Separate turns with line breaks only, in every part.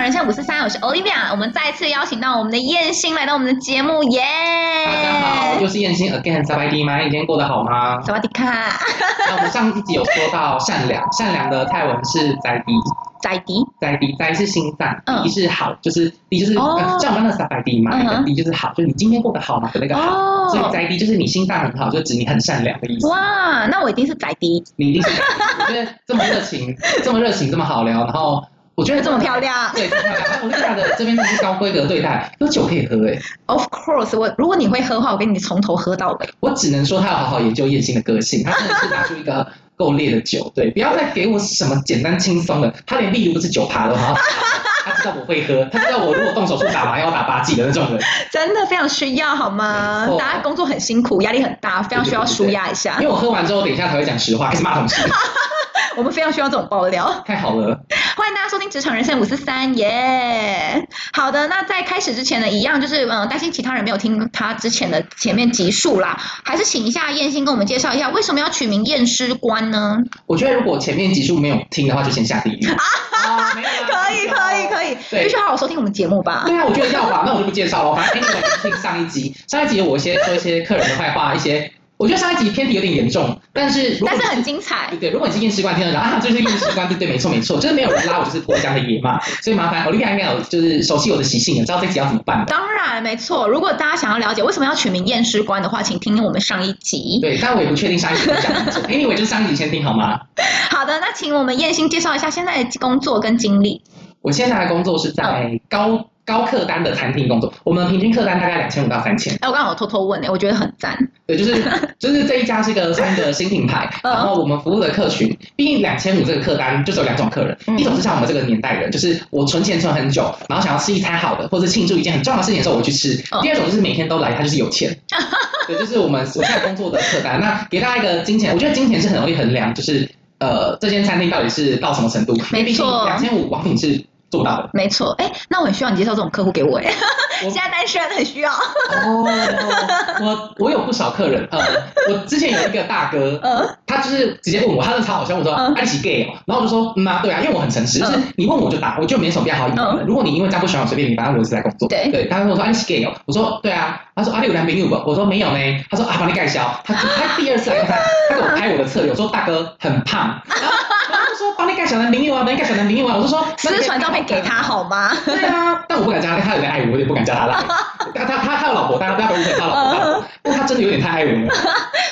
玩笑五四三，我是 Olivia，我们再次邀请到我们的燕星来到我们的节目，耶！
大家好，又是燕青 again，萨白迪麦，你今天过得好吗？
萨瓦迪卡，
那我们上一集有说到善良，善良的泰文是在迪，
仔迪，
在迪在是心脏，
嗯
迪是好，就是迪就是
哦
呃像我们那个萨白迪麦
嗯，哼
迪就是好，就是你今天过得好吗的那个好。
哦
所以宅迪就是你心脏很好，就指你很善良的意思。
哇，那我一定是仔迪，
你一定是宅迪，我觉得这么热情， 这么热情，这么好聊，然后我觉得
这么漂亮
对，这么漂亮。 然后我对他的这边都是高规格对待，有酒可以喝哎、
，Of course，我如果你会喝的话，我给你从头喝到尾。
我只能说他要好好研究燕心的个性，他真的是拿出一个够烈的酒，对，不要再给我什么简单轻松的，他连例如不是酒趴的话，他知道我会喝，他知道我如果动手术打麻药打八剂的那种人，
真的非常需要好吗
没？错
大家工作很辛苦，压力很大，非常需要舒压一下
因。为我喝完之后，等一下才会讲实话，开始骂同事，
我们非常需要这种爆料。
太好了，
欢迎大家收听《职场人生五四三》耶！好的，那在开始之前呢，一样就是嗯，担心其他人没有听他之前的前面集数啦，还是请一下燕心跟我们介绍一下为什么要取名验尸官呢？
我觉得如果前面集数没有听的话，就先下地狱。啊，没有啦
可以，可以，可以，
对
必须好好收听我们节目吧。
对啊，我觉得要吧，那我就不介绍了。反正 anyway，听上一集，上一集我先说一些客人的坏话，一些我觉得上一集偏题有点严重，但是如果
但是
你
很精彩
对，对，如果你是验尸官听得到啊，就是验尸官，对对，没错没错，就是没有人拉我，就是脱缰的野马，所以麻烦哦 Olivia 应该有就是熟悉我的习性，也知道这集要怎么办的。
当然没错。如果大家想要了解为什么要取名验尸官的话，请听听我们上一集。
对，但我也不确定上一集会讲什么，因为我就是上一集先听好吗？
好的，那请我们燕心介绍一下现在的工作跟经历。
我现在的工作是在高高客单的餐厅工作，我们平均客单大概两千五到三千，
哎，我刚刚有偷偷问哎、我觉得很赞。
对，就是 就是这一家是个三个新品牌，
嗯
然后我们服务的客群，毕竟两千五这个客单就只有两种客人，
嗯
一种是像我们这个年代人，就是我存钱存很久，然后想要吃一餐好的，或者庆祝一件很重要的事情的时候我去吃
嗯；
第二种就是每天都来，他就是 有钱。对，就是我们我现在工作的客单。那给大家一个金钱，我觉得金钱是很容易衡量，就是呃这间餐厅到底是到什么程度。
没错
两千五王品是做到的。
没错，哎，那我很需要你介绍这种客户给我哎、
我
现在单身很需 要。
哦，我我有不少客人，呃，我之前有一个大哥，
呃，
他就是直接问我，他真的超好笑，我说
嗯
爱起 gay 哦，然后我就说嗯啊，对啊，因为我很诚实，
嗯
就是你问我就答，我就没什么比较好隐瞒的。如果你因为这样不喜欢我，随便你，反正我是在工作。
对
对，他跟我说爱起 gay 哦，我说对啊，他说啊你有男朋友不？我说没有呢，他说啊把你盖销，他他第二次来看他，他给我拍我的侧脸，我说大哥很胖，然后然后他就说帮你盖小男朋友啊，帮你盖小男朋友啊，我就说那你
私传照片给他好 吗？
对啊，但我不敢加他，他有点爱我，我也不敢加他啦。他他他他有老婆，大家不要误会他有老婆他有
嗯
老婆，不过他真的有点太爱我了。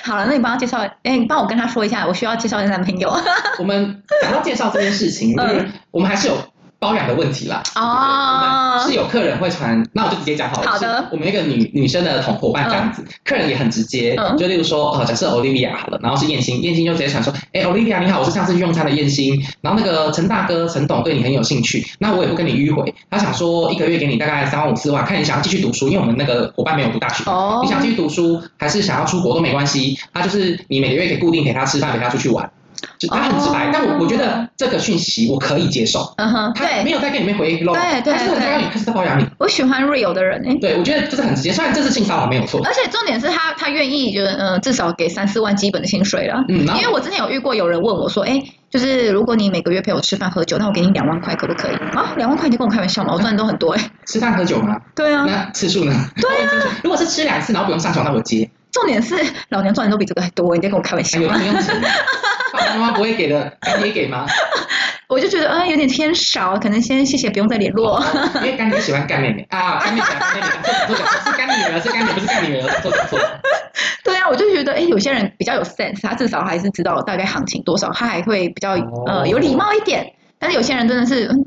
好了，那你帮他介绍，哎，你帮我跟他说一下，我需要介绍一个男 朋友。
我们讲到介绍这件事情，
嗯
就是我们还是有包养的问题啦。我们
哦
是，有客人会传，那我就直接讲好了。
好的
是我们一个女女生的同伙伴这样子，客人也很直接，
嗯
就例如说，呃，假设 Olivia 好了，然后是燕心，燕心就直接传说，哎，Olivia 你好，我是上次去用餐的燕心，然后那个陈大哥、陈董对你很有兴趣，那我也不跟你迂回，他想说一个月给你大概三万五四万，看你想要继续读书，因为我们那个伙伴没有读大学，
哦
你想继续读书还是想要出国都没关系，他就是你每个月给固定给他吃饭，陪他出去玩，就他很直白。
哦
但我我觉得这个讯息我可以接受，
嗯哼，
他没
对，
有在跟你们回 low，
对对
他是很在让你，可是他包养你。
我喜欢 real 的人哎、
对，我觉得就是很直接，虽然这是性骚扰没有错，
而且重点是他他愿意就是呃至少给三四万基本的薪水了。
嗯，然
因为
后
我之前有遇过有人问我说，哎、就是如果你每个月陪我吃饭喝酒，那我给你两万块可不可以？啊，两万块你就跟我开玩笑吗？我赚的都很多哎、
吃饭喝酒嘛，
对啊，
那次数呢？对啊，如果是吃两次，然后不用上床，那我接，
重点是老娘赚的都比这个还多，你在跟我开玩笑
还有
吗？
零用钱，爸爸妈妈不会给的，干爹给吗？
我就觉得，嗯、有点偏少，可能先谢谢，不用再联络。
哦因为干爹喜欢干妹妹啊，干妹妹，干妹妹，讲错讲错，是干女儿，是干女儿，不是干女儿，讲错讲错。
对啊，我就觉得，哎，有些人比较有 sense，他至少还是知道大概行情多少，他还会比较
哦
呃有礼貌一点。但是有些人真的是，嗯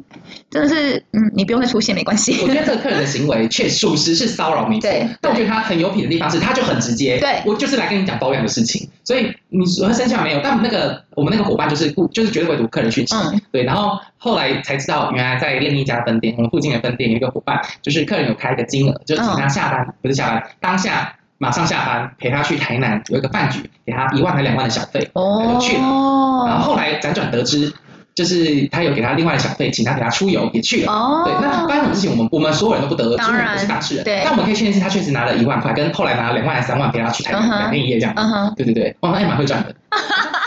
真的是，嗯，你不用再出现没关系。
我觉得这个客人的行为确属实是骚扰，没错
对。
但我觉得他很有品的地方是，他就很直接。
对
我就是来跟你讲保养的事情。所以你说生效没有？但那个我们那个伙伴就是顾，就是绝对会读客人讯息。
嗯
对，然后后来才知道，原来在另一家分店，我们附近的分店有一个伙伴，就是客人有开一个金额，就请
嗯
他下班、不是下班，当下马上下班陪他去台南有一个饭局，给他一万还两万的小
嗯
费。有趣啊了然
哦
后后来辗转得知，就是他有给他另外的小费，请他陪他出游，也去了。
哦，
对，那发生什么事情，我们我们所有人都不得，
当
因为我们
然
不是当事人。
对
但我们可以确定是他确实拿了一万块，跟后来拿了两万、三万陪他去台
嗯
南
哼
两天一夜这样。
嗯哼，
对对对，哇，那也蛮会赚的。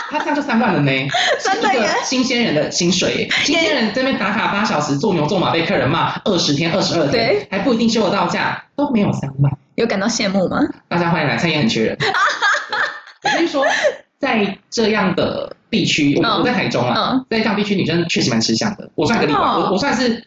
他他这样就三万了呢，
真的
是一
耶
个新鲜人的薪水耶，新鲜人这边打卡八小时做牛做马被客人骂二十天二十二天
对，
还不一定休得到假，都没有三万。
有感到羡慕吗？
大家欢迎来，餐 饮很缺人。我跟你说，在这样的地区，我
嗯
我在台中啊，
嗯，
在这样地区女生确实蛮吃香的。我算个例外，
真的哦
我我算是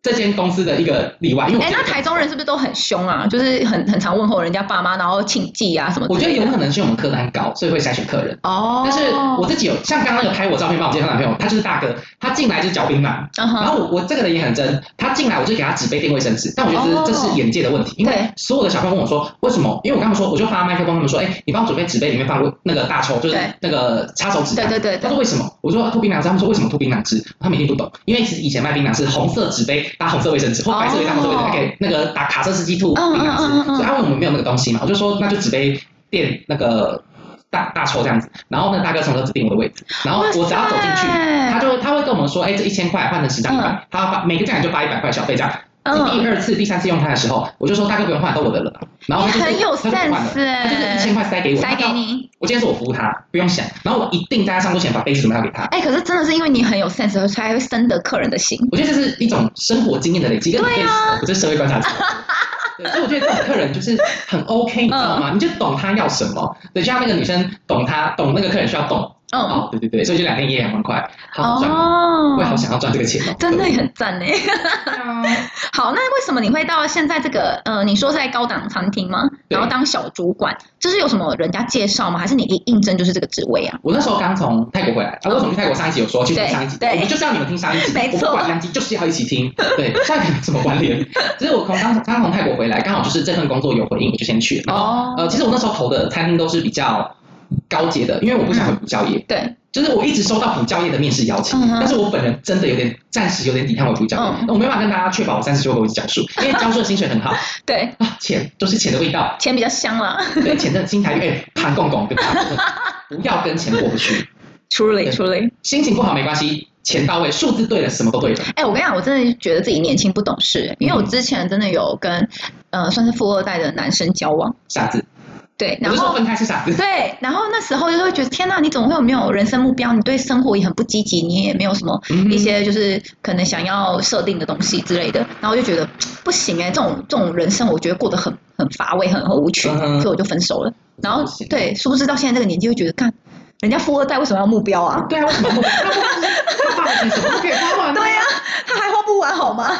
这间公司的一个例外，因为我
哎、
觉
那
得
台中人是不是都很凶啊？就是很很常问候人家爸妈，然后请记啊什么之
我觉得
类的？
有可能是我们客单高，所以会筛选客人。
哦，
但是我自己有像刚刚有拍我照片帮我介绍男朋友，他就是大哥，他进来就是嚼槟榔，
嗯
然
哼，
后我我这个人也很真，他进来我就给他纸杯垫卫生纸，但我觉
哦
得这是眼界的问题，因为
对
所有的小朋友问我说为什么？因为我刚刚说我就发麦克风，他们说，哎，你帮我准备纸杯里面放那个大抽，就是
对
那个擦手纸啊
对
袋。
对对
他
对，
说为什么？我说啊吐槟榔汁，他们说为什么吐槟榔汁？他们一定不懂，因为其实以前卖槟榔是红色纸杯搭红色卫生纸，或白色纸杯搭红色卫生纸，
哦
还给那个打卡车司机吐槟
嗯
榔汁。
嗯嗯嗯嗯
所以他问我们没有那个东西嘛，我就说那就纸杯垫那个大大抽这样子。然后呢，大哥从头指定我的位置，然后我只要走进去，他
去，
就他会跟我们说，哎，这一千块换成十张一百，他发每个站就发一百块小费这样。第
嗯，
二次、第三次用它的时候，我就说大哥不用换，都我的了啦。然后
你
他就是
哎很有
他就不换了，
sense
他就是一千
哎、
块塞给我，
塞给
他知道。
你。
我今天是我服务他，不用想。然后我一定在他上桌前把杯子准备好给他。
哎、可是真的是因为你很有 sense，才会深得客人的心。
我觉得这是一种生活经验的累积，跟你
对
对
啊
我这是社会观察者。对，所以我觉得这种客人就是很
嗯
OK，你知道吗？你就懂他要什么，对，就像那个女生懂他懂那个客人需要懂，
嗯，
哦，对对对，所以就两天一夜两万块，好好赚，我也好
哦，
想要赚这个钱哦，
真的很赞呢。欸
对啊，
好，那为什么你会到现在这个？呃，你说是在高档餐厅吗？
对
然后当小主管，这是有什么人家介绍吗？还是你一应征就是这个职位啊？
我那时候刚从泰国回来，啊，为什么去泰国？上一集有说，去听
对
上一集，
对
我们就是要你们听上一集，
没错
我不管两集就是要一起听。对，这样怎么关联？只是我从刚刚从泰国回来，刚好就是这份工作有回应，我就先去了。然后
哦，
呃，其实我那时候投的餐厅都是比较高阶的，因为我
嗯
不想回补教业，
对，
就是我一直收到补教业的面试邀请，
嗯哼
但是我本人真的有点暂时有点抵抗回补教业，
嗯
我没办法跟大家确保我三十九个我教书，因为教授的薪水很好
对，
啊，钱都是钱的味道，
钱比较香啦。
对钱的金台玉，哎，盘公公对吧？不要跟钱过不去。
Truly,
对
truly。
心情不好没关系，钱到位，数字对了，什么都对了。
哎、我跟你讲，我真的觉得自己年轻不懂事，因为
嗯
我之前真的有跟，呃，算是富二代的男生交往，
傻子，
对，
我
然
是说
后
分开是傻子。
对，然后那时候就会觉得，天呐，你怎么会有没有人生目标？你对生活也很不积极，你也没有什么
嗯
一些就是可能想要设定的东西之类的。然后我就觉得不行哎、这种这种人生我觉得过得很很乏味，很很无趣，
嗯哼
所以我就分手了。然后
不行
对，殊不知到现在这个年纪，会觉得看人家富二代为什么要目标啊？
对啊，为什么不？他他花的钱什么都可以花完呢
对呀、他还花不完好吗？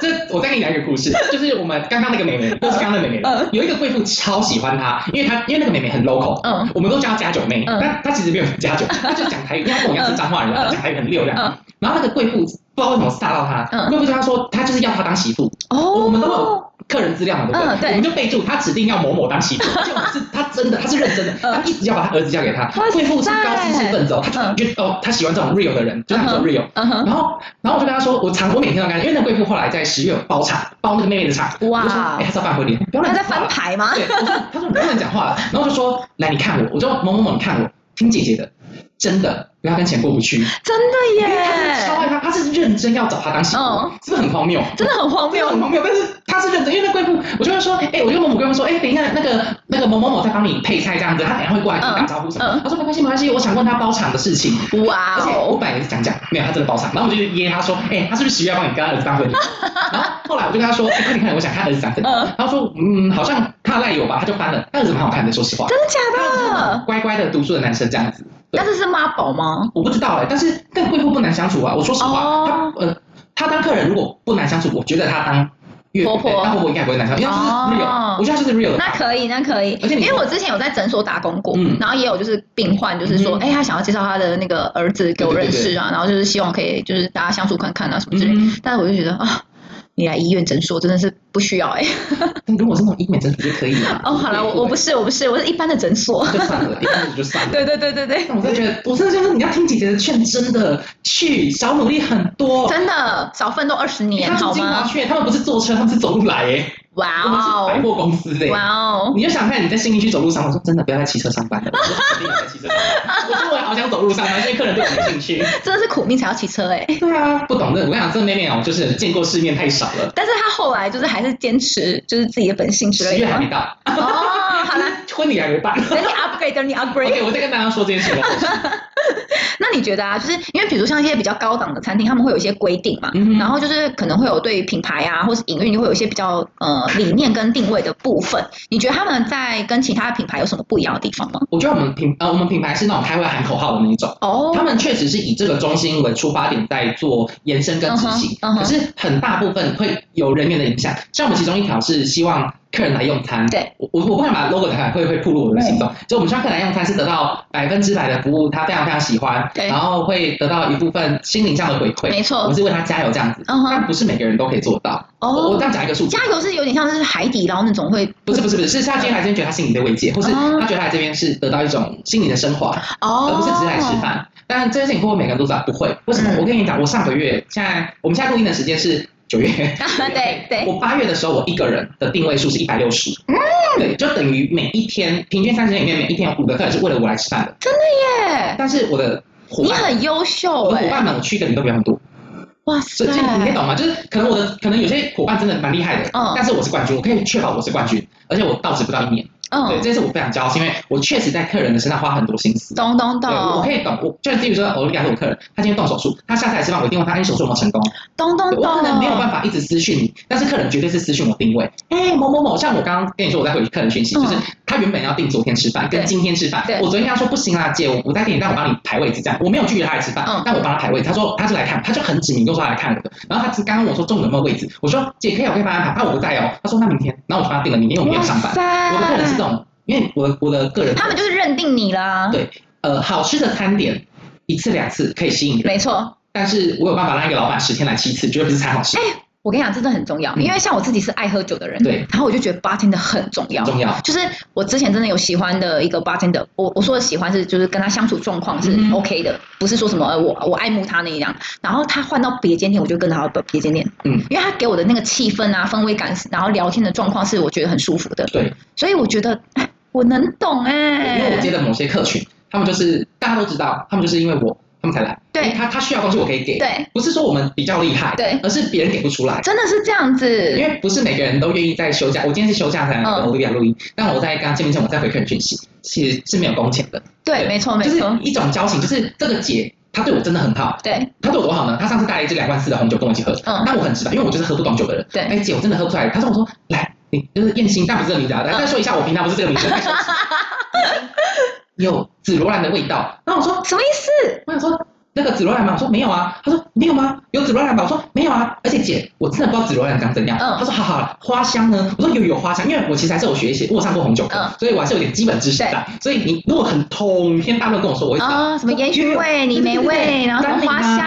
这我再给你讲一个故事，就是我们刚刚那个妹妹，就是刚刚那个妹妹
嗯，
有一个贵妇超喜欢她，因为她因为那个妹妹很 local，
嗯
我们都叫她家九妹，
嗯
但她其实没有 家九，她就讲台语，因为她跟我一样是彰化人，
嗯
她讲台语很溜这
嗯
样。然后那个贵妇不知道为什么吓到她，
嗯
贵妇跟她说，她就是要她当媳妇，
哦，
我们都有客人资料嘛，对不对？
嗯对
我们就备注他指定要某某当 媳妇，结果是他真的，他是认真的，
嗯
他一直要把他儿子交给他
哇。塞
贵妇是高知识分子哦，他就觉得哦，他喜欢这种 real 的人，就他说 real。
嗯哼，
然后，然后我就跟他说，我常我每天都干，因为那贵妇后来在十月有包场，包那个妹妹的场，我就说，
哇
哎，她是要办婚礼，不要
他
乱啊
在
讲话
翻
了。
牌吗？
对，我说，他说你不要乱讲话了，然后我就说，来你看我，我就某某某你看我，听姐姐的，真的不要跟钱过不去，
真的
因为他真的超爱
耶，
他，他是认真要找他当媳妇
嗯，
是不是很荒谬？
真的很荒
没有
谬。
很荒谬，但是他是认真，因为那贵妇，我就会说，哎、我就跟某某贵妇说，哎、等一下，那个那个某某某在帮你配菜这样子，他等一下会过来跟你打招呼什么。
嗯嗯
他说没关系没关系，我想问他包场的事情。
哇
而且我
哦，
本来也是讲讲，没有他真的包场，然后我就噎他说，哎、他是不是十月要帮你跟他儿 子办婚礼？然后后来我就跟他说，哎快点快点，我想看儿子长怎样。
嗯
他说，嗯，好像他赖有吧，他就翻了，他儿子蛮好看的，说实话，
真的假
他
的？
乖乖的读书的男生这样子。对
但是是妈宝吗？
我不知道哎、但是跟贵妇不难相处啊。我说实话，
哦
他呃，他当客人如果不难相处，我觉得他当岳
婆婆
当婆婆应该不会难相处，因为他就是 real，、
哦
我觉得他就是 real 的。
那可以，那可以，
而且
因
你
为我之前有在诊所打工过，
嗯
然后也有就是病患，就是说，
嗯
哎、他想要介绍他的那个儿子给我认识啊，然后就是希望可以就是大家相处看看啊什么之类的。
嗯，
但是我就觉得啊，你来医院诊所真的是不需要 哎、
如果是那种医美诊所就可以了。
哦，好了，我我不是我不是，我是一般的诊所。
就算了，一般就算了。
对对对对对，
但我真的觉得，我真的就是你要听姐姐的劝，真的去少努力很多。
真的少奋斗二十
哦你
年
看
好
住金华
吗？
券，他们不是坐车，他们是走路来耶、
哇
我们是百
哦，
货公司哎、
哇哦，
你就想看你在新一区走路上，我说真的不要再骑车上班了，我说肯定有在骑车上班。我说我也好想走路上班，所以客人对我没兴趣。
真的是苦命才要骑车哎、
对啊，不懂的，我跟你讲，这妹妹哦，就是见过世面太少了。
但是他后来就是还是坚持就是自己的本性之
十
类
月
的
还
吗
没。到，
哦，好啦，
婚礼还没办。
等你 upgrade，等你 upgrade。
OK，我再跟大家说这件事了。
那你觉得啊，就是因为比如像一些比较高档的餐厅，他们会有一些规定嘛，
嗯哼
然后就是可能会有对于品牌啊，或是营运会有一些比较呃理念跟定位的部分。你觉得他们在跟其他品牌有什么不一样的地方吗？
我觉得我们品呃，我们品牌是那种开会喊口号的那一种。
哦
他们确实是以这个中心为出发点在做延伸跟执行，
嗯哼嗯哼
可是很大部分会有人员的影响。像我们其中一条是希望客人来用餐，
对
我我我不能把 logo 打开会会暴露我的行动，就我们希望客人来用餐是得到百分之百的服务，他非常非常喜欢，
对
然后会得到一部分心灵上的回馈，
没
啊我
错
们，是为他加油这样子，
嗯哼，
但不是每个人都可以做到。我我
哦
这，样讲一个数字
加。油是有点像是海底捞那种会
不是不是不是，是他今天来这边觉得他心里被慰藉，或是
哦
他觉得他来这边是得到一种心灵的升华，
哦，
而不是只是来吃饭。当然，这件事情会不会每个人都知道？不会。为什么？
嗯
我跟你讲，我上个月现在我们现在录音的时间是九月，
对对
我八月的时候，我一个人的定位数是一百六十，
嗯
对，就等于每一天平均三十天里面，每一天有五个客人是为了我来吃饭的。
耶，
但是我的伙
你
伴，
很优秀
我的
哎、
伙伴们，我去一个人都比他们多，
哇
所
塞
以，这你可以懂吗？就是可能我的可能有些伙伴真的蛮厉害的，
嗯
但是我是冠军，我可以确保我是冠军，而且我到职不到一年，对，
嗯，
这是我非常骄傲，是因为我确实在客人的身上花很多心思。
懂懂
对，我
懂
可以懂，我就是比如说，我跟他我客人，他今天动手术，他下次来吃饭，我一定问他，哎你手术有没有成功？
懂懂
对
懂，
我可能没有办法一直私讯你，但是客人绝对是私讯我定位，哎，某某某，像我刚刚跟你说我在回客人讯息，
嗯
就是他原本要订昨天吃饭跟
对
今天吃饭
对，
我昨天跟他说不行啊，姐，我不在店里，但我帮你排位置这样，我没有拒绝他来吃饭
嗯，
但我帮他排位置，他说他是来看，他就很指明跟我说他来看我的，然后他刚刚问我说中午有没有位置，我说姐可以啊，我可以帮他排，啊我不在哦，他说那明天，然后我就帮他订了明天，因为我明天上班，我的客人
塞，
是这种，因为我的我的个人
他们就是认定你啦，
对呃，好吃的餐点一次两次可以吸引人，
没错。
但是我有办法让一个老板十天来七次，绝对不是餐好吃，
哎我跟你讲，真的很重要，
嗯
因为像我自己是爱喝酒的人，
对，
然后我就觉得 bartender 很重要
很。重要。
就是我之前真的有喜欢的一个 bartender，我我说的喜欢是就是跟他相处状况是
嗯
OK 的，不是说什么呃我我爱慕他那样。然后他换到别间店，我就跟他到别间店，
嗯，
因为他给我的那个气氛啊、氛围感，然后聊天的状况是我觉得很舒服的，
对，
所以我觉得哎我能懂哎、
因为我接的某些客群，他们就是大家都知道，他们就是因为我，他们才来。
对
因为他他需要的东西我可以给，
对
不是说我们比较厉害，
对
而是别人给不出来。
真的是这样
因
子，
为不是每个人都愿意在休假，我今天是休假才来
嗯
跟欧丽亚录音，但我在跟他见面前，我在回客人讯息，其实是没有工钱的，
对，没错没
就是
错，
一种交情，就是这个姐她对我真的很好，
对，
他对我多好呢？他上次带了一支两万四的红酒跟我一起喝，
嗯
那我很直白，因为我就是喝不懂酒的人。
对
哎姐，我真的喝不出来。他跟我说，来，你就是燕心，但不是这个名字啊，来
嗯
再说一下，我平常不是这个名字， 太羞耻你有紫罗兰的味道。然后我说，
什么意思？
我想说那个紫罗兰吗？我说没有啊。他说没有吗？有紫罗兰吗？我说没有啊。而且姐，我真的不知道紫罗兰长怎样。
嗯
他说好好好，花香呢？我说有有花香，因为我其实还是有学一些，我有上过红酒课，
嗯
所以我还是有点基本知识在。所以你如果很通天大论跟我说，我会知道。
啊、什么烟熏味、
对
泥煤味，然后什么
啊
花香，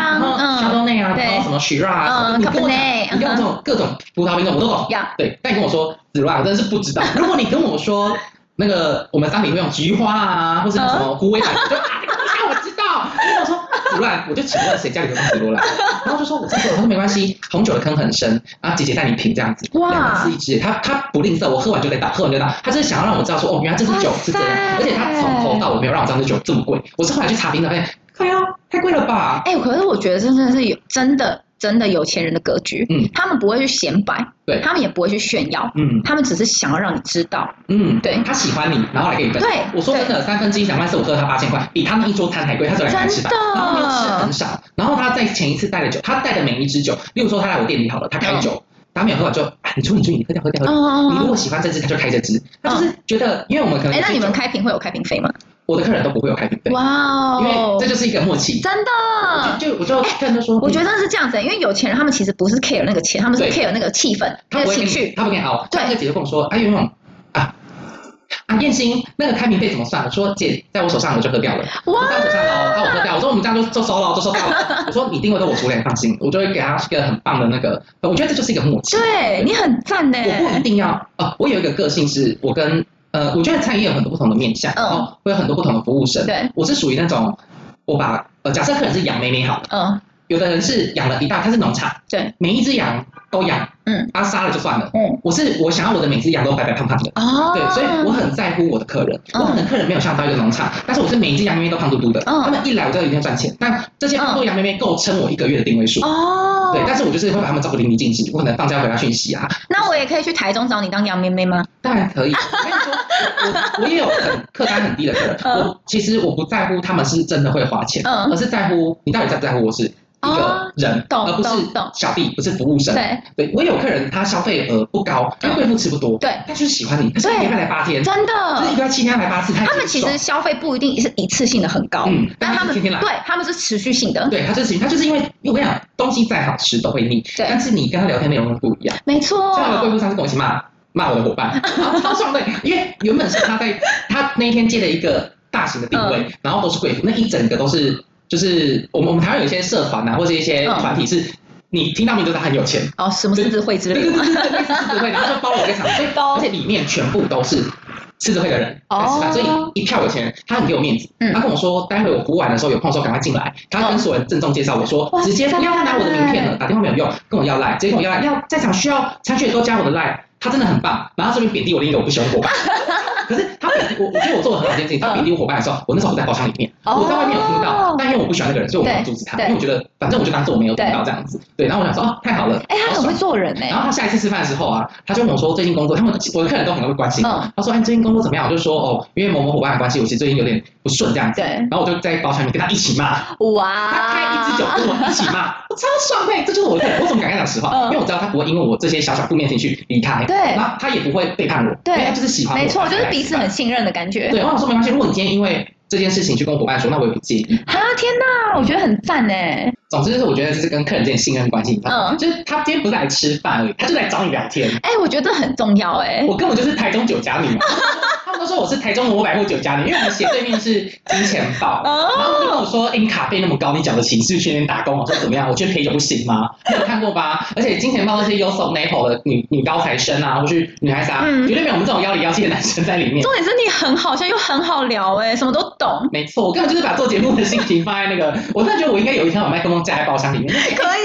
嗯，
香东内啊，
对
然后什么许啊，什么
嗯
你跟我讲
Cabernet，
你跟我
嗯哼
讲各种葡萄品种我都懂，
呀，
对，但你跟我说紫罗兰，我真的是不知道。如果你跟我说那个我们商品会用菊花啊，或是什
嗯
么虎尾兰，我就啊，你跟我讲我知道。你跟我说紫罗兰，我就请问谁家里有种紫罗兰？然后就说我知道，他说没关系，红酒的坑很深，然后姐姐带你品这样子，
哇
两万四一支，他他不吝啬，我喝完就再倒，喝完就倒，他就是想要让我知道说，哦，原来这支酒是这样
哇塞，
而且他从头到尾没有让我知道这酒这么贵，我是后来去查评的，发现，哎呀，太贵了吧？
哎、可是我觉得真的是有真的真的有钱人的格局，
嗯，
他们不会去显摆，
对
他们也不会去炫耀，
嗯
他们只是想要让你知道，
嗯，
对
他喜欢你，然后来给你分。
对
我说真的，三分之一两万四，我喝了他八千块，比他们一桌餐还贵，他只来看吃饭
真的，
然后又吃很少，然后他在前一次带的酒，他带的每一支酒，例如说他来我店里好了，他开酒，他没有喝完就，啊，你出你出你喝掉喝掉喝
嗯
掉。
嗯
你如
嗯。
果喜欢这支，他就开这支，他就是觉得，因为我们可能
哎、
有
那
些
你们
酒
开瓶会有开瓶费吗？
我的客人都不会有开瓶费，
哇
因为
哦
这，就是一个默契。
真的，
就就我就客人就说，
我觉得是这样子、因为有钱人他们其实不是 care 那个钱，他们是
对
care 那个气氛、
他
那个
不会
情
跟你
绪。
他不会跟你熬。
对
那个姐就跟我说，哎，袁勇啊啊，燕心那个开瓶费怎么算？我说姐，在我手上我就喝掉了。我
哇，
在我手上哦，那我 喝掉。我说我们这样就就收了，就收掉了。我说你定位都我处理，放心，我就会给他一个很棒的那个。我觉得这就是一个默契。
对你很赞呢、
我不一定要啊、呃我有一个个性是，我跟呃，我觉得餐饮业有很多不同的面向，
嗯
然后会有很多不同的服务生。
对，
我是属于那种，我把呃，假设客人是养妹妹好了，
嗯，
有的人是养了一大，他是农场，
对，
每一只羊都养，
嗯
他杀了就算了。
嗯，
我是我想要我的每只羊都白白胖胖的，
哦，
对，所以我很在乎我的客人。
嗯
我可能客人没有像到一个农场，但是我是每一只羊妹妹都胖嘟嘟的，
嗯
他们一来我就一定要赚钱。但这些胖嘟嘟羊妹妹够撑我一个月的定位数。
哦，
对，但是我就是会把他们照顾淋漓尽致，我可能放假回他讯息啊，
那我也可以去台中找你当杨妹妹吗？嗯
当然可以。我跟你说，我我我也有很客单很低的客人，
嗯
我其实我不在乎他们是真的会花钱，
嗯哦
而是在乎你到底在不在乎我是一个人，
懂
呃而不是
懂懂
小弟，不是服务生。
对，
对，我有客人他消费额不高，因为贵妇吃不多，
对
他就是喜欢你，他是一个礼拜来八天，
真
就是一
的，
个礼拜七天来八次，他也
他们
很
其
爽
实消费不一定是一次性的很高，
嗯
但他们
天天来
对他们是持续性的，
对他就是他就是因为因为我跟你讲，东西再好吃都会腻，
对
但是你跟他聊天内容会不一样。
没错，
像我的贵妇上次跟我一起骂骂我的伙 伴，然后超爽的，因为原本是他在他那一天接了一个大型的定位，
嗯
然后都是贵妇，那一整个都是就是我们我们台湾有一些社团啊，或者一些
嗯
团体是，你听到名字他很有钱，
哦，什么狮子会之
对
类
对
的
对
吗？
对对，类似狮子会，然后就包了一个场，所以
包
而且里面全部都是。狮子会的人来吃饭，
哦
所以一票有钱人，他很给我面子。
嗯
他跟我说，待会我服务完的时候有空的时候赶快进来。他跟所有人郑重介绍我说，
哇
直接不要再拿我的名片了，
塞
打电话没有用，跟我要赖，直接跟我要赖，要在场需要参选都加我的赖。他真的很棒，然后顺便贬低我另一个我不喜欢的伙伴。可是他贬低我，我觉得我做了很好一件事情。他贬低我伙伴的时候，我那时候不在包厢里面，
哦
我在外面有听到，但因为我不喜欢那个人，所以我没有阻止他，
对对
因为我觉得反正我就当做我没有听到这样子。对，然后我想说，哦，太好了，
哎，他
好
很会
爽
做人哎
然，后他下一次吃饭的时候啊，他就问我说最近工作，他们我的客人都很会关心我。
嗯
他说哎，最近工作怎么样？我就说哦，因为某某伙伴的关系，我其实最近有点不顺这样子。
对，
然后我就在包厢里面跟他一起骂，
啊哇，
他开一支酒跟我一起骂，我超爽的、欸这就是我的客人。我怎么敢跟他讲实话？
嗯
因为我知道他不会因为我这些小小负面情绪离开，
对
然后他也不会背叛我，
对
因为他就是喜欢我，
没错，
他
就是
才
彼此很信任的感觉。
对。我想说没关系，如果你今天因为这件事情去跟我伙伴说，那我也不介意。
啊，天哪，我觉得很赞哎，
总之就是我觉得这是跟客人之间的信任关系，你知道吗？
嗯
就是他今天不是来吃饭而已，他就来找你聊天。
哎，我觉得很重要哎，
我根本就是台中酒家女嘛。他们都说我是台中某百货酒家女，因为我们斜对面是金钱豹。然后他就
哦，
跟我说：“哎、你卡费那么高，你缴得起？你是不是去那边打工？”我说：“怎么样？我去陪酒不行吗？你有看过吧？而且金钱豹那些优手 n a p l 的女女高材生啊，或是女孩子啊，
嗯
绝对没有我们这种妖里妖气的男生在里面。
重点是你很好笑又很好聊哎，什么都懂，
没错，我根本就是把做节目的心情放在那个，我真的觉得我应该有一天把麦克风架在包厢里面。
可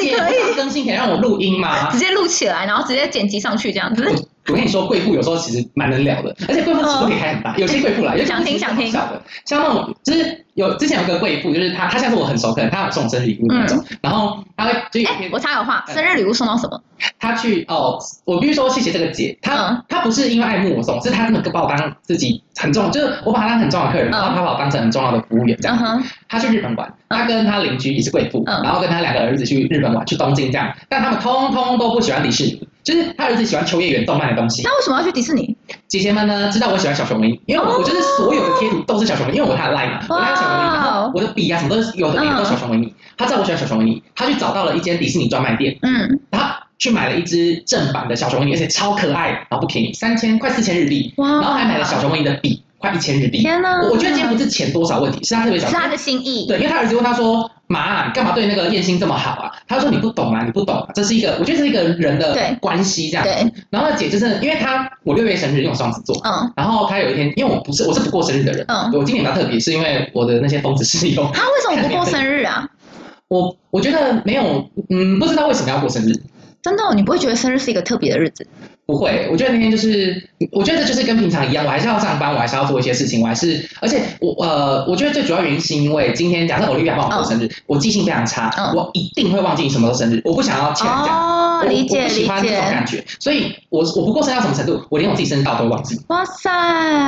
以哎可以，
以，更新可以让我录音吗？
直接录起来，然后直接剪辑上去这样子。
我跟你说，贵妇有时候其实蛮能聊的，而且贵妇尺度可以开很大。有些贵妇啦，有些
嗯想听想听
小的，像那种就是有之前有个贵妇，就是她，她现在是我很熟客人，她有送我生日礼物那种，然后她会就有一
嗯哎
天，
我插个话，
嗯
生日礼物送到什么？
她去哦，我必须说谢谢这个姐，她、
嗯
她不是因为爱慕我送，是她真的把我当自己很重，就是我把她当很重要的客人，
嗯
然后她把我当成很重要的服务员这样
嗯。哼，
她去日本玩，她跟她邻居也是贵妇，
嗯
然后跟她两个儿子去日本玩，去东京这样，但他们通通都不喜欢迪士尼，就是她儿子喜欢秋叶原动漫的东西。
那为什么要去迪士尼？
姐姐们呢，知道我喜欢小熊维尼，因为我
哦
我就是所有的贴图都是小熊维尼，因为我他的 line 嘛，我他的小熊维尼，然
哦
后我的笔啊什么都是有的
嗯
没的都是小熊维尼。他知道我喜欢小熊维尼，他去找到了一间迪士尼专卖店，
嗯，
然后去买了一只正版的小熊维尼，而且超可爱，然后不便宜，三千快四千日币，
哇，哦
然后还买了小熊维尼的笔，快一千日币。
天哪！
我我觉得今天不是钱多少问题，是他特别小
是啊他的心意。
对，因为他儿子问他说：“妈，你干嘛对那个燕星这么好啊？”他说：“你不懂啊，你不懂、啊，这是一个，我觉得这是一个人的
对
关系这样。”
对，
然后姐就是因为她，我六月生日，因为我双子座，
嗯，
然后他有一天，因为我不是我是不过生日的人，
嗯
我今年比较特别，是因为我的那些疯子室友，
他为什么不过生日啊？
我我觉得没有，嗯，不知道为什么要过生日，
真的哦、你不会觉得生日是一个特别的日子？
不会，我觉得那天就是，我觉得这就是跟平常一样，我还是要上班，我还是要做一些事情，我还是，而且我呃，我觉得最主要原因是因为今天假设我绿雅帮我过生日，我记性非常差，
嗯
我一定会忘记你什么时候生日，我不想要欠人家。
哦
我，
理解
我不
理
喜欢这种
解。
感觉，所以我我不过生日到什么程度，我连我自己生日到都会忘记。
哇塞，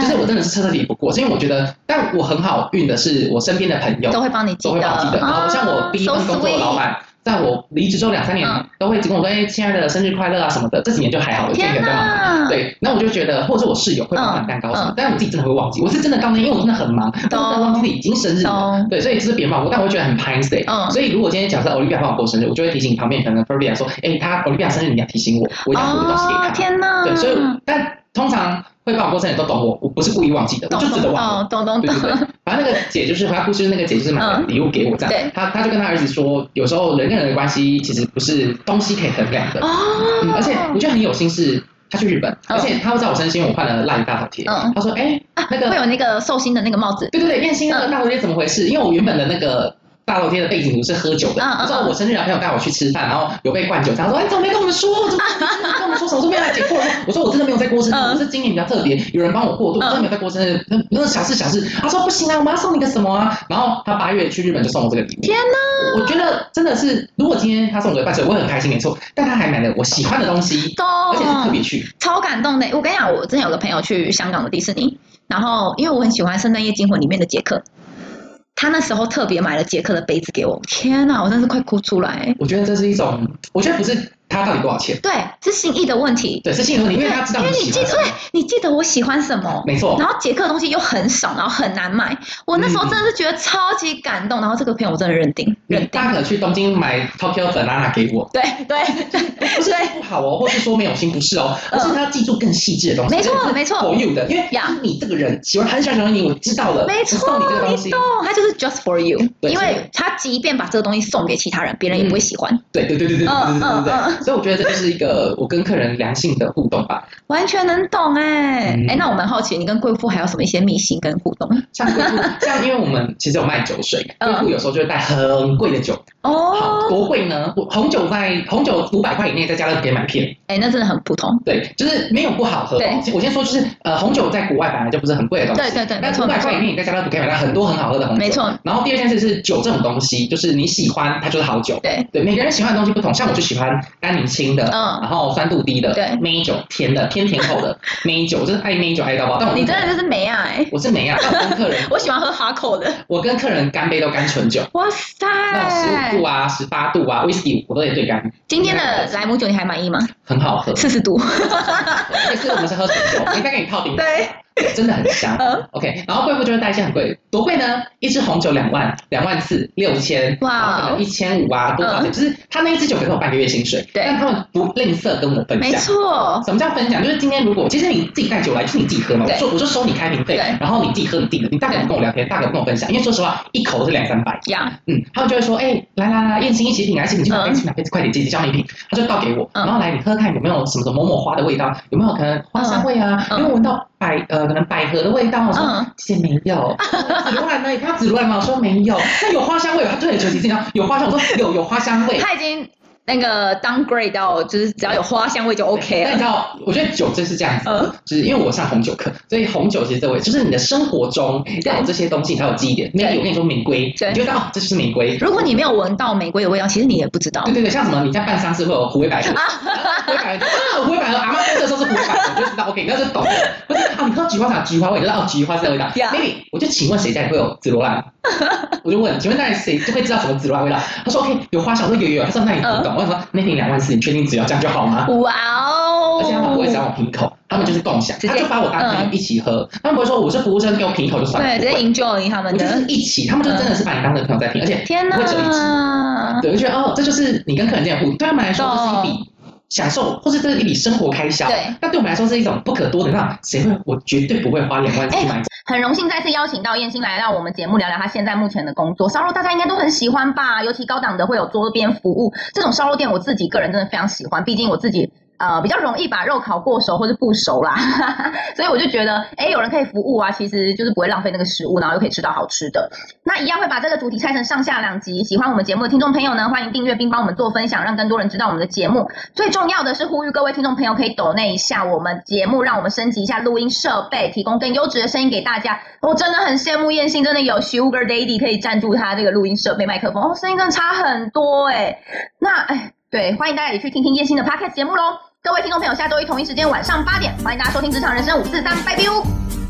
就是我真的是彻彻底底不过，是因为我觉得，但我很好运的是，我身边的朋友
都会帮你记
都会
得。
帮我记得。然后哦像我第一份工作的老
啊
板，在我离职之后两三年
嗯，
都会只跟我说：“哎，亲爱的，生日快乐啊什么的。”这几年就还好，
，so sweet
有这个
天
干嘛？
哪！
对，那我就觉得，或者是我室友会帮我买蛋糕什么
嗯，
但我自己真的会忘记，我是真的到那，因为我真的很忙，但我真的忘记已经生日了。
懂。
对，所以就是别人帮我，但我会觉得很 pain day。
嗯
所以如果今天假设 Olivia 帮我过生日，我就会提醒旁边可能 f e r i a 说：“哎，他 Olivia 生日你要提醒我，我一定要补个东西给他。”
哦，天哪！
对，所以但通常会帮我过生日都懂我，我不是故意忘记的，我
懂
就真的
懂哦
忘了。
懂懂懂
对对对
懂。，
反正那个姐就是回到故事，那个姐就是买了
嗯
礼物给我这样
对，
她她就跟她儿子说，有时候人跟人的关系其实不是东西可以衡量的，嗯
哦，
而且我觉得很有心是。她去日本，
嗯
而且她会在我身心，我换了烂大头贴。
嗯
她说：“哎、
啊
那个嗯
会有那个寿星的那个帽子，
啊
嗯
对对对，燕心那个大头贴怎么回事？因为我原本的那个大楼贴的背景图是喝酒的，
嗯嗯嗯
你知道我生日啊，朋友带我去吃饭，然后有被灌酒，他说：“哎，怎么没跟我们说？怎么 没跟我们说什么时候没有来解惑？”我说：“我真的没有在过生日，
嗯
我是今年比较特别，有人帮我过渡，我
嗯
真的没有在过生日，那那小事小事。”他说：“不行啊，我们要送你个什么啊？”然后他八月去日本就送我这个礼物。
天
哪！我觉得真的是，如果今天他送我个伴手，我会很开心，没错。但他还买了我喜欢的东西，而且是特
懂
别，嗯去。
哦超感动的。我跟你讲，我之前有个朋友去香港的迪士尼，然后因为我很喜欢《圣诞夜惊魂》里面的杰克，他那时候特别买了杰克的杯子给我。天哪，我真是快哭出来。
我觉得这是一种，我觉得不是他到底多少钱，
对，是心意的问题。
对，是心理问题，因为他知道
因
你
为你
喜
记
欢什么
对，，你记得我喜欢什么。
没错。
然后杰克的东西又很少，然后很难买。我那时
嗯
候真的是觉得超级感动，然后这个朋友我真的认定认定，
大家可能去东京买 Tokyo banana 给我，
对 对 对，
不是说不好哦，或是说没有心，不是哦，而
嗯
是他记住更细致的东西。
没错
这个是
没错
，for you 的，因为
呀
你这个人喜欢很喜欢喜欢你，我知道了，
没
我
错
送你这个，东
你
西，
懂，他就是 just for you，
对
因
所
为他即便把这个东西送给其他人，别人也不会喜欢，
对对对对对对对
嗯
对
嗯
对
嗯，
对，所以我觉得这就是一个我跟客人良性的互动吧。
完全能懂哎、
嗯
哎，那我蛮好奇，你跟贵妇还有什么一些秘辛跟互动？
像贵妇，像因为我们其实有卖酒水，
嗯
贵妇有时候就会带很贵的酒，好
哦，
多贵呢？我红酒在红酒五百块以内，在家乐福可以买片。
哎，那真的很普通，
对，就是没有不好喝。
对
我先说就是呃，红酒在国外本来就不是很贵的东西，
对对对没
但
错
五百块
没
以
错
内你在家乐福可以买到很多很好喝的红酒。
没。错，
然后第二件事是酒这种东西，就是你喜欢它就是好酒。
对，
对，每个人喜欢的东西不同，像我就喜欢单宁轻的，
嗯
然后酸度低的，
对
梅酒甜的，偏甜口 的梅酒，我真的爱梅酒爱到爆。但我
你
跟
真的就是美啊哎、
我是梅啊，但我跟客 人，
我喜欢喝哈口的，
我跟客人干杯都干纯酒，
哇塞，
那种十五度啊、十八度啊、威士忌我都得对干，
今天的莱姆酒你还满意吗？
很好 喝。
四十度，
也是我们是喝纯酒，我应该给你泡冰
对。
真的很香
嗯。
OK，然后贵妇就会带一些很贵，多贵呢？一支红酒两万、两万四、六千，
哇哦嗯
一千五啊，多少钱？就是他那一支酒可能有半个月薪水，
对
但他们不吝啬跟我分
没
享。
错，
什么叫分享？就是今天如果其实你自己带酒来，就是你自己喝嘛，
对
我说我就收你开瓶费
对，
然后你自己喝你自己的，你大可不跟我聊天，大可不跟我分享，因为说实话，一口是两三百。
呀，
嗯，他们就会说，哎、来来来，燕青一起品，来一起品，去拿杯子，去拿杯子，快点，姐姐教你品。他就倒给我，
嗯
然后来你喝看有没有什么某某花的味道，有没有可能花香味啊？
嗯
有没有闻到百呃可能百合的味道？我说、
嗯
姐没有，紫罗兰呢？他紫罗兰吗？我说没有，那有花香味，他就很求其自己讲有花香，我 说有有花香味。
他已经那个 downgrade 到，就是只要有花香味就 OK
但
了。
你知道，我觉得酒真是这样子，
嗯
就是因为我上红酒课，所以红酒其实这味，就是你的生活中要有这些东西，你才有记忆点。那
对
有跟你说玫瑰，
对
你就知道哦，这就是玫瑰。
如果你没有闻到玫瑰的味道，其实你也不知道
对。对对，像什么你在办丧事会有虎尾百
啊
合，虎尾百合啊，虎尾百合，阿妈在这时候是虎尾百合，我就知道 OK，那就懂了。不是啊，你喝菊花茶，菊花味，你知道哦，菊花是这味道。
Yeah
Maybe 我就请问谁家里会有紫罗兰？ 我就问，请问那里谁就会知道什么紫罗兰味道？他说 OK，有花香，我说有有有，他说那你不
嗯
懂。我说那瓶两万四，你确定只要这样就好吗？
哇哦！
而且他们不会找我瓶口，他们就是共享，
直接嗯
他就把我当朋友一起喝，他们不会说我是服务生给我瓶口就算了，
对，直接
不会
enjoy 他们
我就
的。
是一起，他们就真的是把你当成朋友在听，而且
天
不会只有一支。
哪！
对，我就觉得哦，这就是你跟客人之间的互动，对他们来说这是一笔享受，或是这是一笔生活开销。
对，
但对我们来说是一种不可多得。那谁会？我绝对不会花两万去买。
很荣幸再次邀请到燕青来到我们节目聊聊她现在目前的工作。烧肉大家应该都很喜欢吧？尤其高档的会有桌边服务，这种烧肉店我自己个人真的非常喜欢，毕竟我自己。呃，比较容易把肉烤过熟或是不熟啦， 所以我就觉得，哎、有人可以服务啊，其实就是不会浪费那个食物，然后又可以吃到好吃的。那一样会把这个主题拆成上下两集。喜欢我们节目的听众朋友呢，欢迎订阅并帮我们做分享，让更多人知道我们的节目。最重要的是，呼吁各位听众朋友可以抖内一下我们节目，让我们升级一下录音设备，提供更优质的声音给大家。我真的很羡慕燕信，真的有 Sugar Daddy 可以赞助他这个录音设备、麦克风，哦，声音真的差很多哎、那哎，对，欢迎大家也去听听燕信的 Podcast 节目喽。各位听众朋友，下周一同一时间晚上八点，欢迎大家收听《职场人生五四三》，拜拜哦。